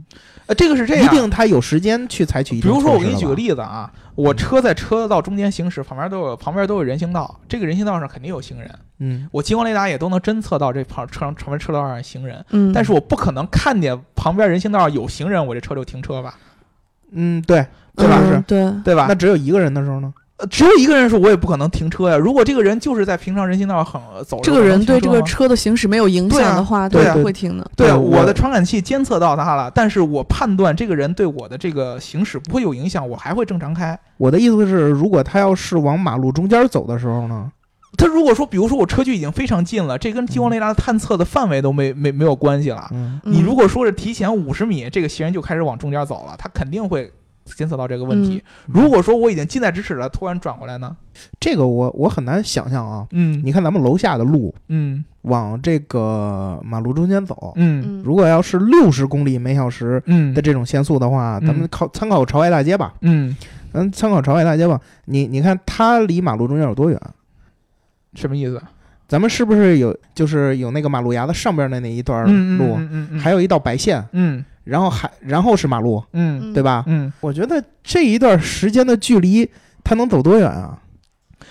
呃，这个是这一样。定它有时间去采取一比定如措施的吧。说，我给你举个例子啊，我车在车道中间行驶，旁边都有旁边都有人行道，这个人行道上肯定有行人，嗯，我激光雷达也都能侦测到这旁车上旁边车道上有行人，嗯，但是我不可能看见旁边人行道有行人，我这车就停车吧，嗯，对，对吧嗯是对，对吧那？只有一个人的时候呢？呃只有一个人说，我也不可能停车呀。如果这个人就是在平常人行道很呃走着，这个我能人停对车这个吗车的行驶没有影对响啊的话，对他啊是会停的。对啊，对我我的传感器监测到它了，但是我判断这个人对我的这个行驶不会有影响，我还会正常开。我的意思是，如果他要是往马路中间走的时候呢？他如果说，比如说我车距已经非常近了，这跟激光雷达探测的范围都没没没有关系了。嗯，你如果果说是提前五十米，这个行人就开始往中间走了，他肯定会监测到这个问题。如果说我已经近在咫尺了，突然转过来呢？这个我我很难想象啊。嗯你看咱们楼下的路嗯往这个马路中间走，嗯如果要是六十公里每小时嗯的这种限速的话，嗯咱们靠参考朝外大街吧，嗯，咱参考朝外大街吧。你你看它离马路中间有多远？什么意思？咱们是不是有就是有那个马路牙子上边的那一段嗯路，嗯嗯嗯，还有一道白线，嗯然后还然后是马路，嗯对吧？嗯，我觉得这一段时间的距离，它能走多远啊？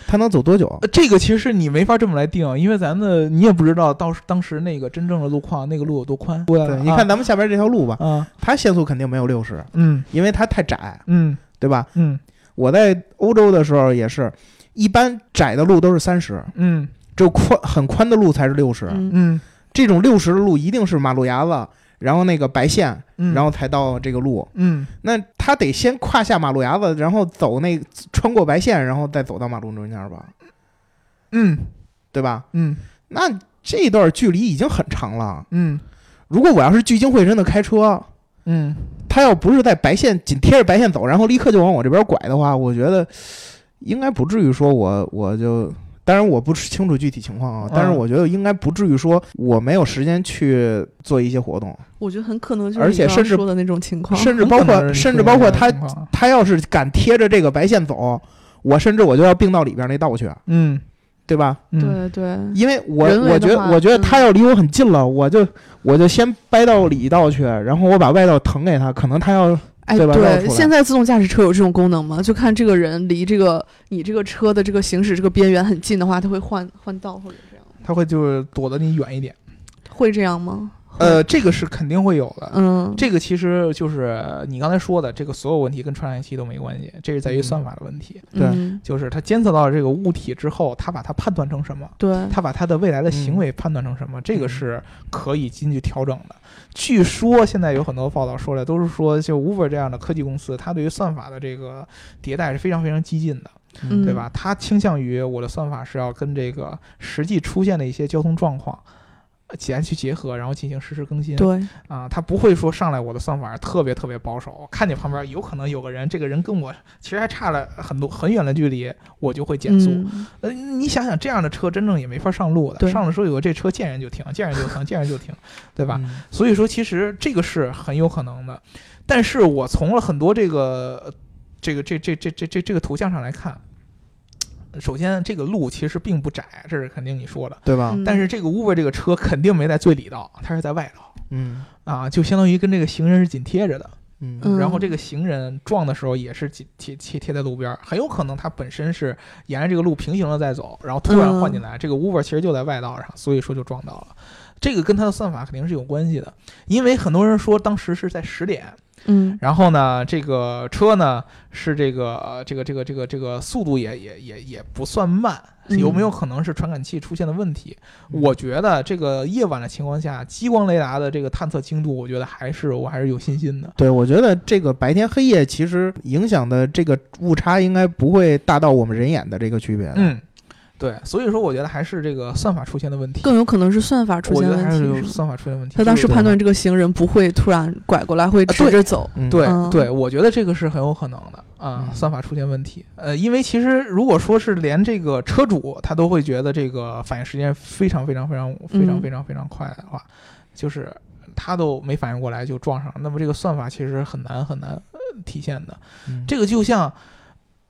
它能走多久？呃这个其实你没法这么来定，啊因为咱们你也不知道到时当时那个真正的路况，那个路有多宽。对，你看咱们下边这条路吧，啊，它限速肯定没有六十，嗯因为它太窄，嗯对吧？嗯我在欧洲的时候也是，一般窄的路都是三十，嗯只有宽很宽的路才是六十、嗯嗯这种六十的路一定是马路牙子，然后那个白线，嗯，然后才到这个路。嗯那他得先跨下马路牙子，然后走那穿过白线，然后再走到马路中间吧，嗯对吧？嗯那这段距离已经很长了。嗯如果我要是聚精会神的开车，嗯，他要不是在白线紧贴着白线走，然后立刻就往我这边拐的话，我觉得应该不至于说我我就，当然我不清楚具体情况啊嗯，但是我觉得应该不至于说我没有时间去做一些活动，我觉得很可能就是而你且刚甚刚至说的那种情况，甚至包括甚至包括他他，他要是敢贴着这个白线走，我甚至我就要并到里边那道去，嗯对吧？嗯对对，因为我人为的我觉得话我觉得他要离我很近了，我就我就先掰到里道去，然后我把外道腾给他，可能他要哎，对吧绕出对，来现在自动驾驶车有这种功能吗？就看这个人离这个你这个车的这个行驶这个边缘很近的话，他会换换道或者这样，他会就是躲得你远一点。会这样吗？呃，这个是肯定会有的。嗯，呃这个其实就是你刚才说的，这个所有问题跟传感器都没关系，这是在于算法的问题。对嗯就是它监测到这个物体之后，它把它判断成什么，对，他把他的未来的嗯行为判断成什么，这个是可以进去调整的。据说现在有很多报道说的都是说，就 Uber 这样的科技公司，它对于算法的这个迭代是非常非常激进的，嗯对吧？它倾向于我的算法是要跟这个实际出现的一些交通状况。呃简去结合，然后进行实时更新。对，啊，它不会说上来我的算法特别特别保守，看见旁边有可能有个人，这个人跟我其实还差了很多很远的距离，我就会减速。嗯呃，你想想，这样的车真正也没法上路的，对上了之后有个这车见人就停，见人就停，见人就停， 对对嗯吧？？所以说，其实这个是很有可能的。但是我从了很多这个、这个、这、这、这、这、这、这个图像上来看，首先这个路其实并不窄，这是肯定你说的。对吧？嗯啊但是这个 Uber 这个车肯定没在最里道，它是在外道嗯啊，就相当于跟这个行人是紧贴着的。嗯嗯然后这个行人撞的时候也是紧贴贴贴在路边儿，很有可能他本身是沿着这个路平行的在走，然后突然换进嗯来，这个 Uber 其实就在外道上，所以说就撞到了。这个跟他的算法肯定是有关系的，因为很多人说当时是在十点，嗯然后呢，这个车呢是这个呃这个这个这个这个速度也也也也不算慢，嗯有没有可能是传感器出现的问题？我觉得这个夜晚的情况下，激光雷达的这个探测精度，我觉得还是我还是有信心的。对，我觉得这个白天黑夜其实影响的这个误差应该不会大到我们人眼的这个区别的。嗯，对，所以说我觉得还是这个算法出现的问题，更有可能是算法出我现觉得问还题是是有吗。算法出现问题。他当时就是判断这个行人不会突然拐过来，会直着走。嗯啊对、嗯对，我觉得这个是很有可能的啊、嗯算法出现问题。呃，因为其实如果说是连这个车主他都会觉得这个反应时间非常非常非常非常嗯非常非常快的话，就是他都没反应过来就撞上了，那么这个算法其实很难很难、呃体现的。嗯这个就像，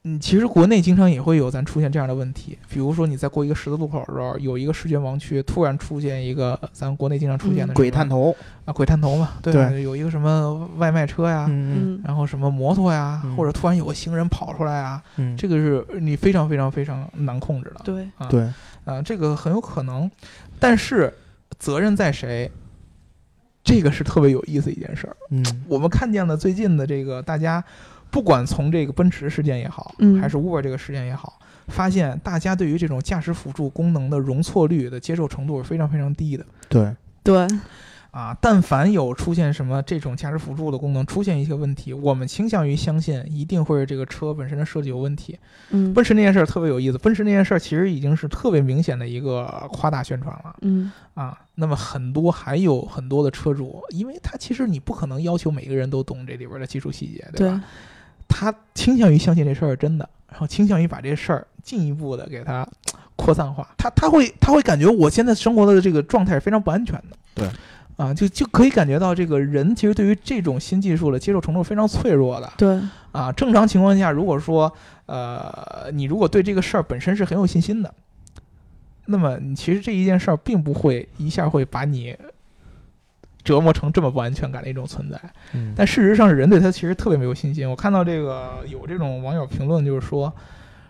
嗯，其实国内经常也会有咱出现这样的问题，比如说你在过一个十字路口的时候，有一个视觉盲区，突然出现一个咱们国内经常出现的、嗯鬼探头，啊，鬼探头嘛，对吧？有一个什么外卖车呀，嗯嗯，然后什么摩托呀，嗯或者突然有个行人跑出来啊，嗯，这个是你非常非常非常难控制的。对，啊，对，啊，这个很有可能，但是责任在谁？这个是特别有意思一件事儿。嗯我们看见了最近的这个大家，不管从这个奔驰事件也好，嗯还是 Uber 这个事件也好，发现大家对于这种驾驶辅助功能的容错率的接受程度是非常非常低的对，对，啊。但凡有出现什么这种驾驶辅助的功能出现一些问题，我们倾向于相信一定会是这个车本身的设计有问题。嗯奔驰那件事儿特别有意思，奔驰那件事儿其实已经是特别明显的一个夸大宣传了。嗯啊，那么很多还有很多的车主，因为他其实你不可能要求每个人都懂这里边的技术细节，对吧？他倾向于相信这事儿是真的，然后倾向于把这事儿进一步的给它扩散化。他他会他会感觉我现在生活的这个状态是非常不安全的。对，啊，就就可以感觉到这个人其实对于这种新技术的接受程度是非常脆弱的。对啊，正常情况下，如果说呃，你如果对这个事儿本身是很有信心的，那么你其实这一件事儿并不会一下会把你折磨成这么不安全感的一种存在。嗯但事实上，人对他其实特别没有信心。我看到这个有这种网友评论，就是说，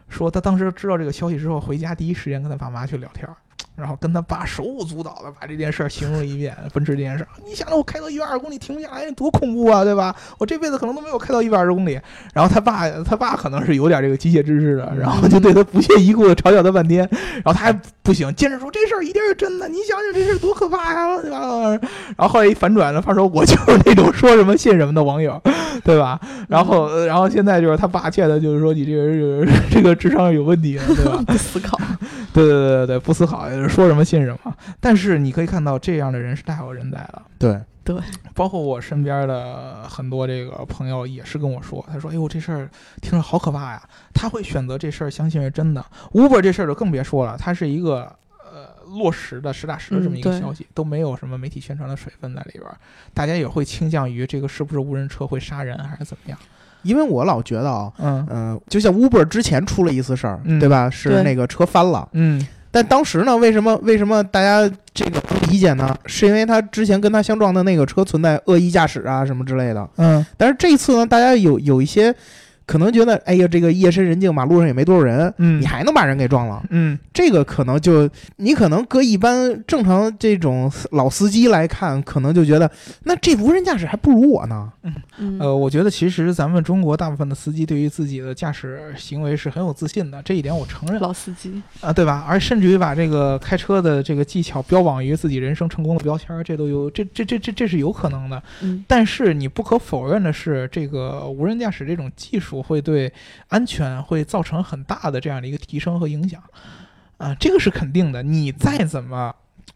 说他当时知道这个消息之后，回家第一时间跟他爸妈去聊天儿，然后跟他爸手舞足蹈的把这件事儿形容了一遍，奔驰这件事儿。你想想，我开到一百二十公里停不下来，多恐怖啊，对吧？我这辈子可能都没有开到一百二十公里。然后他爸，他爸可能是有点这个机械知识的，然后就对他不屑一顾的嘲笑他半天。然后他还不行，坚持说这事儿一定是真的。你想想这事儿多可怕呀，对吧？然后后来一反转了，他说我就是那种说什么信什么的网友， 对吧？然后，呃然后现在就是他爸欠的，就是说你这个人 是这个智商有问题的，对 吧？嗯不思考，对对对对对，不思考，说什么信什么。但是你可以看到，这样的人是大有人在的。对，包括我身边的很多这个朋友也是跟我说，他说：“哎呦，这事儿听着好可怕呀！”他会选择这事儿相信是真的。Uber 这事儿就更别说了，它是一个呃落实的实打实的这么一个嗯对消息，都没有什么媒体宣传的水分在里边儿。大家也会倾向于这个是不是无人车会杀人还是怎么样？因为我老觉得啊，嗯嗯，就像 Uber 之前出了一次事儿，嗯对吧？是对那个车翻了，嗯但当时呢，为什么为什么大家这个不理解呢？是因为他之前跟他相撞的那个车存在恶意驾驶啊什么之类的。嗯但是这一次呢，大家有有一些可能觉得，哎呀，这个夜深人静，马路上也没多少人，嗯你还能把人给撞了？嗯这个可能就你可能搁一般正常这种老司机来看，可能就觉得那这无人驾驶还不如我呢。嗯呃，我觉得其实咱们中国大部分的司机对于自己的驾驶行为是很有自信的，这一点我承认。老司机，啊，对吧？而甚至于把这个开车的这个技巧标榜于自己人生成功的标签儿，这都有，这这这这这是有可能的。嗯但是你不可否认的是，这个无人驾驶这种技术会对安全会造成很大的这样的一个提升和影响，啊、这个是肯定的。你再怎么，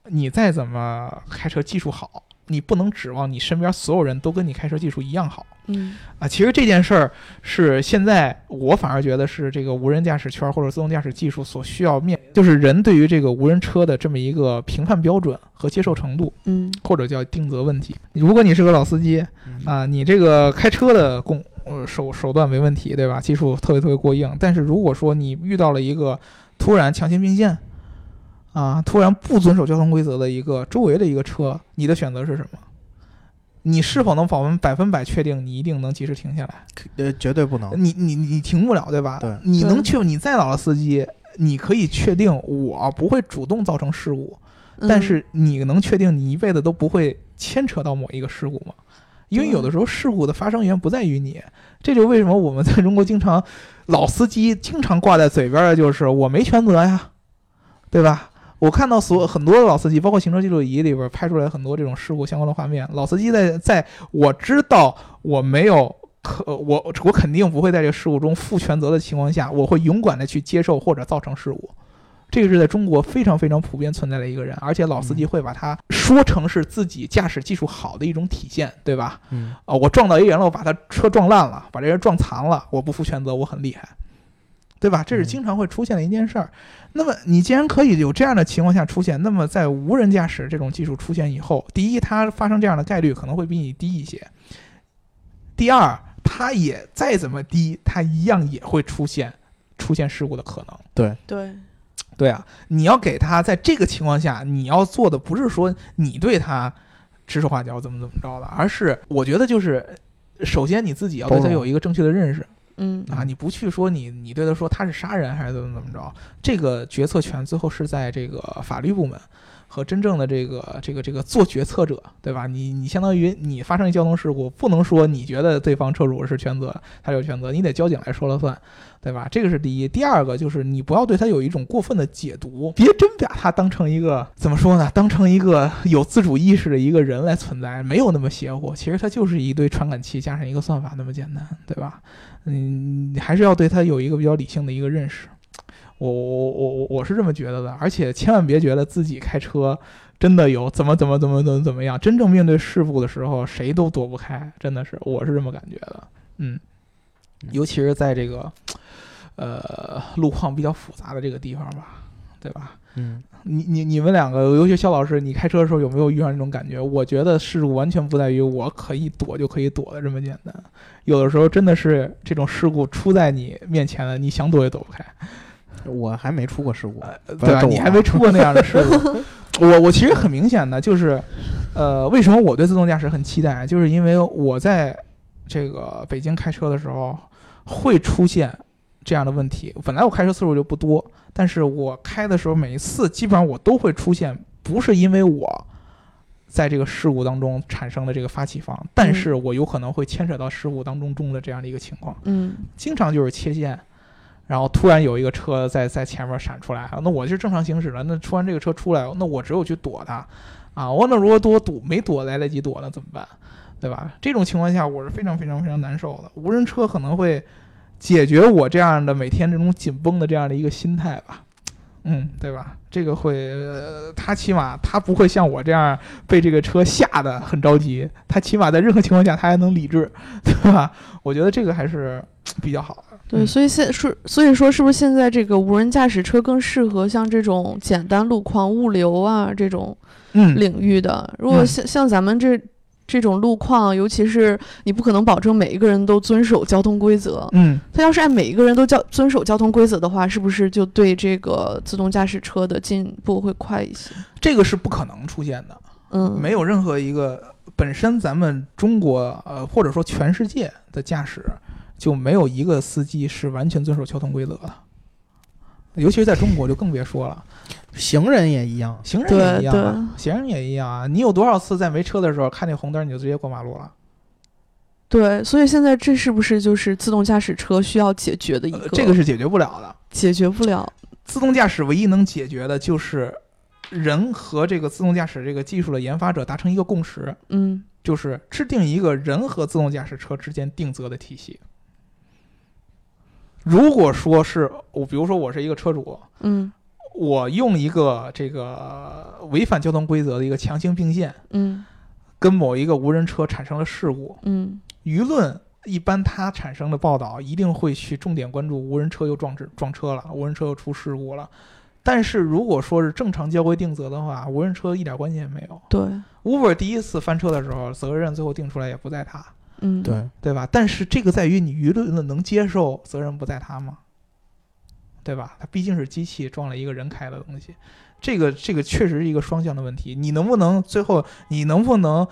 你再怎么开车技术好，你不能指望你身边所有人都跟你开车技术一样好。嗯啊，其实这件事儿是现在我反而觉得是这个无人驾驶圈儿或者自动驾驶技术所需要面，就是人对于这个无人车的这么一个评判标准和接受程度，嗯或者叫定责问题。如果你是个老司机嗯啊，你这个开车的功呃手手段没问题，对吧？技术特别特别过硬，但是如果说你遇到了一个突然强行并线。啊！突然不遵守交通规则的一个周围的一个车，你的选择是什么？你是否能保分百分百确定你一定能及时停下来？呃，绝对不能。你你你停不了，对吧？对你对能确，你再老的司机，你可以确定我不会主动造成事故，嗯，但是你能确定你一辈子都不会牵扯到某一个事故吗？因为对啊有的时候事故的发生源不在于你，这就为什么我们在中国经常老司机经常挂在嘴边的就是我没全责呀，对吧？我看到所很多的老司机，包括行车记录仪里边拍出来很多这种事故相关的画面，老司机在在我知道我没有可我我肯定不会在这个事故中负全责的情况下，我会勇敢的去接受或者造成事故。这个是在中国非常非常普遍存在的一个人，而且老司机会把它说成是自己驾驶技术好的一种体现，对吧？嗯，啊、我撞到一人了，我把他车撞烂了，把这人撞残了，我不负全责，我很厉害，对吧？这是嗯经常会出现的一件事儿。那么你既然可以有这样的情况下出现，那么在无人驾驶这种技术出现以后，第一，它发生这样的概率可能会比你低一些；第二，它也再怎么低，它一样也会出现出现事故的可能。对，对啊，你要给他在这个情况下，你要做的不是说你对他指手画脚怎么怎么着的，而是我觉得就是，首先你自己要对他包容有一个正确的认识嗯啊，你不去说你你对他说他是杀人还是怎么怎么着，这个决策权最后是在这个法律部门。和真正的这个这个这个做决策者，对吧？你你相当于你发生一交通事故，不能说你觉得对方车主是全责，他有全责，你得交警来说了算，对吧？这个是第一。第二个就是你不要对他有一种过分的解读，别真把他当成一个怎么说呢？当成一个有自主意识的一个人来存在，没有那么邪乎。其实他就是一堆传感器加上一个算法那么简单，对吧？嗯，你还是要对他有一个比较理性的一个认识。我我我我我是这么觉得的，而且千万别觉得自己开车真的有怎么怎么怎么怎么怎么样，真正面对事故的时候，谁都躲不开，真的是我是这么感觉的，嗯，尤其是在这个呃路况比较复杂的这个地方吧，对吧？嗯，你你你们两个，尤其肖老师，你开车的时候有没有遇上这种感觉？我觉得事故完全不在于我可以躲就可以躲的这么简单，有的时候真的是这种事故出在你面前了，你想躲也躲不开。我还没出过事故，不呃对要吧？逗你我还啊没出过那样的事故。我我其实很明显的就是，呃，为什么我对自动驾驶很期待？就是因为我在这个北京开车的时候会出现这样的问题。本来我开车次数就不多，但是我开的时候每一次基本上我都会出现，不是因为我。在这个事故当中产生的这个发起方，但是我有可能会牵扯到事故当中中的这样的一个情况。嗯经常就是切线，然后突然有一个车在在前面闪出来，啊那我是正常行驶了，那突然这个车出来，那我只有去躲它，啊，我那如果躲躲没躲来得及躲呢怎么办？对吧？这种情况下我是非常非常非常难受的。无人车可能会解决我这样的每天这种紧绷的这样的一个心态吧。嗯，对吧？这个会，呃他起码他不会像我这样被这个车吓得很着急，他起码在任何情况下他还能理智，对吧？我觉得这个还是比较好的。嗯对，所以现是所以说，是不是现在这个无人驾驶车更适合像这种简单路况、物流啊这种嗯，领域的？如果嗯像像咱们这这种路况，尤其是你不可能保证每一个人都遵守交通规则，嗯，他要是按每一个人都交遵守交通规则的话，是不是就对这个自动驾驶车的进步会快一些？这个是不可能出现的，嗯，没有任何一个本身咱们中国呃或者说全世界的驾驶就没有一个司机是完全遵守交通规则的，尤其是在中国就更别说了，行人也一样，行人对也一样啊，对行人也一样啊，你有多少次在没车的时候看那红灯你就直接过马路了？对，所以现在这是不是就是自动驾驶车需要解决的一个？呃这个是解决不了的，解决不了。自动驾驶唯一能解决的就是人和这个自动驾驶这个技术的研发者达成一个共识，嗯，就是制定一个人和自动驾驶车之间定责的体系。如果说是我，比如说我是一个车主，嗯我用一个这个违反交通规则的一个强行并线，嗯跟某一个无人车产生了事故，嗯舆论一般它产生的报道一定会去重点关注无人车又撞车撞车了，无人车又出事故了。但是如果说是正常交规定责的话，无人车一点关系也没有。对， Uber 第一次翻车的时候，责任最后定出来也不在他，嗯，对，对吧？但是这个在于你舆论能接受，责任不在他吗？对吧？他毕竟是机器撞了一个人开的东西，这个这个确实是一个双向的问题。你能不能最后你能不能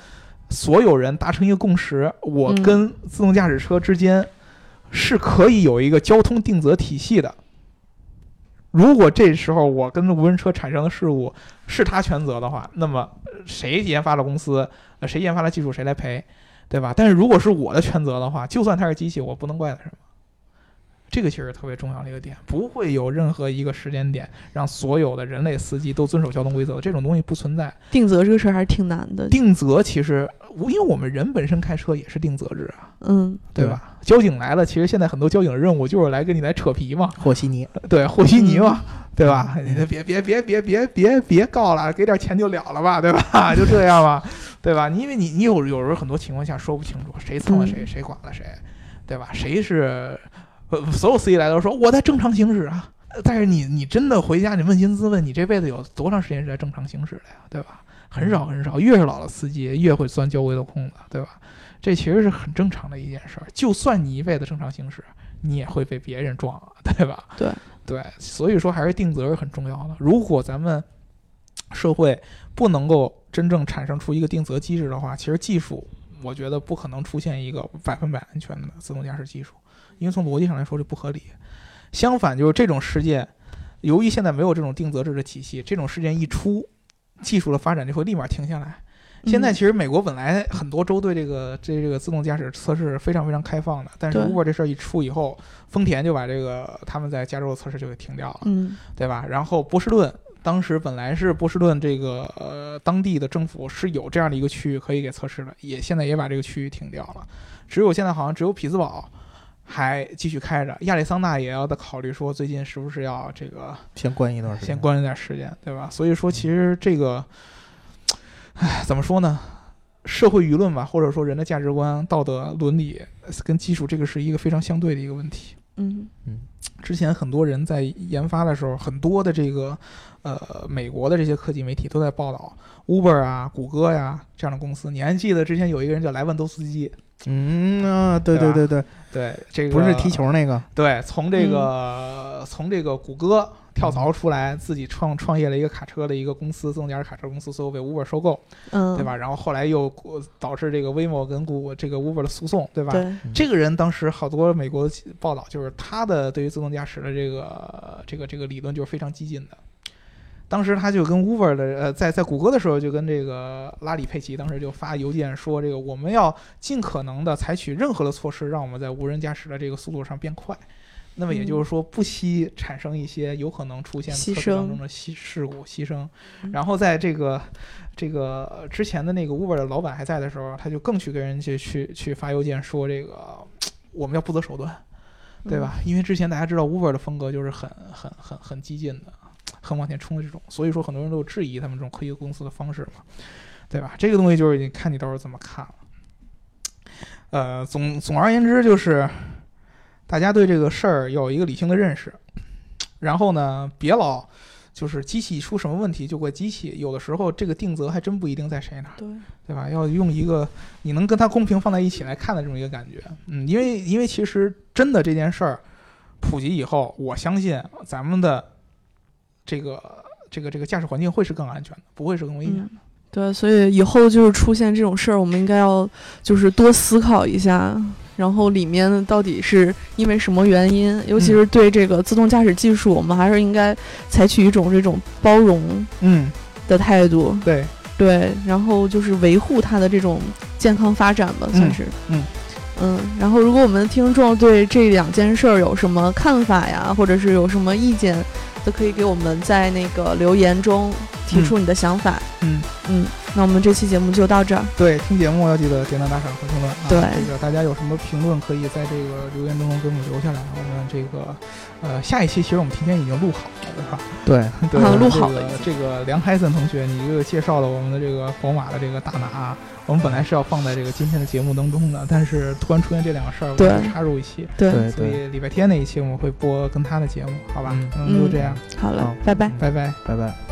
所有人达成一个共识？我嗯跟自动驾驶车之间是可以有一个交通定责体系的。如果这时候我跟无人车产生的事故是他全责的话，那么呃谁研发的公司，呃谁研发的技术，谁来赔？对吧？但是如果是我的全责的话，就算它是机器，我不能怪它什么。这个其实特别重要的一个点，不会有任何一个时间点让所有的人类司机都遵守交通规则，这种东西不存在。定责这个事儿还是挺难的。定责其实，因为我们人本身开车也是定责制啊，嗯，对吧？交警来了，其实现在很多交警的任务就是来跟你来扯皮嘛，和稀泥， 对，和稀泥嘛，对吧？你别别别别别别别告了，给点钱就了了吧，对吧？ 就这样吧，对吧？你因为你你有有时候很多情况下说不清楚谁蹭了谁，谁剐了谁，对吧？谁是呃所有司机来都说我在正常行驶啊，呃但是你你真的回家你问心自问，你这辈子有多长时间是在正常行驶的呀，对吧？很少很少，越是老的司机越会钻交规的空子，对吧？这其实是很正常的一件事儿。就算你一辈子正常行驶，你也会被别人撞啊，对吧？对对，所以说还是定责是很重要的。如果咱们社会不能够真正产生出一个定责机制的话，其实技术我觉得不可能出现一个百分百安全的自动驾驶技术，因为从逻辑上来说这不合理。相反，就是这种事件，由于现在没有这种定责制的体系，这种事件一出，技术的发展就会立马停下来。现在其实美国本来很多州对这个这这个自动驾驶测试非常非常开放的，但是对 Uber 这事儿一出以后，丰田就把这个他们在加州的测试就给停掉了。嗯对吧？然后波士顿当时本来是波士顿这个呃当地的政府是有这样的一个区域可以给测试的，也现在也把这个区域停掉了。只有现在好像只有匹兹堡还继续开着，亚利桑那也要在考虑说最近是不是要这个先关一段时间，先关一段时间，对吧？所以说其实这个，唉，怎么说呢？社会舆论吧，或者说人的价值观、道德、伦理跟技术，这个是一个非常相对的一个问题。嗯之前很多人在研发的时候，很多的这个呃美国的这些科技媒体都在报道 Uber 啊、谷歌呀、这样的公司。你还记得之前有一个人叫莱万多斯基？嗯啊，对对对吧对对，对，这个不是踢，球嗯那个，对，从这个、从这个谷歌跳槽出来，自己创创业了一个卡车的一个公司，自动驾驶卡车公司，最后被 Uber 收购，嗯，对？吧？然后后来又导致这个 Waymo 跟谷这个 Uber 的诉讼，对吧？对，这个人当时好多美国报道，就是他的对于自动驾驶的这个这个这个理论就是非常激进的。当时他就跟 Uber 的呃，在在谷歌的时候，就跟这个拉里佩奇当时就发邮件说，这个我们要尽可能的采取任何的措施，让我们在无人驾驶的这个速度上变快。那么也嗯就是说，不惜产生一些有可能出现牺测试当牲中的牺事故牺牲嗯。然后在这个这个之前的那个 Uber 的老板还在的时候，他就更去跟人去去去发邮件说这个我们要不择手段，对吧？因为之前大家知道 Uber 的风格就是很很很很激进的，很往前冲的这种，所以说很多人都质疑他们这种科技公司的方式嘛，对吧？这个东西就是你看你到时候怎么看了。呃，总总而言之就是，大家对这个事儿要有一个理性的认识，然后呢，别老就是机器出什么问题就怪机器，有的时候这个定责还真不一定在谁那儿。嗯对，对吧？要用一个你能跟它公平放在一起来看的这么一个感觉，嗯，因为因为其实真的这件事儿普及以后，我相信咱们的这个这个这个驾驶环境会是更安全的，不会是更危险的。嗯。对，所以以后就是出现这种事儿，我们应该要就是多思考一下，然后里面到底是因为什么原因，尤其嗯是对这个自动驾驶技术，我们还是应该采取一种这种包容嗯，的态度，对，对，然后就是维护它的这种健康发展吧，算是，嗯嗯然后如果我们的听众对这两件事儿有什么看法呀，或者是有什么意见，都可以给我们在那个留言中提出你的想法。嗯嗯，那我们这期节目就到这儿。对，听节目要记得点赞、打赏和评论啊。对这个大家有什么评论可以在这个留言中给我们留下来。我们这个呃下一期其实我们提前已经录好了，对吧？对， 对，啊我们录这好个了已经这个梁海森同学，你这个介绍了我们的这个宝马的这个大拿，啊我们本来是要放在这个今天的节目当中的，但是突然出现这两个事儿，我对们就插入一期，对，对所哎对，以礼拜天那一期我们会播跟他的节目，好吧？嗯嗯，就这样，好了好，拜拜。拜拜。拜拜。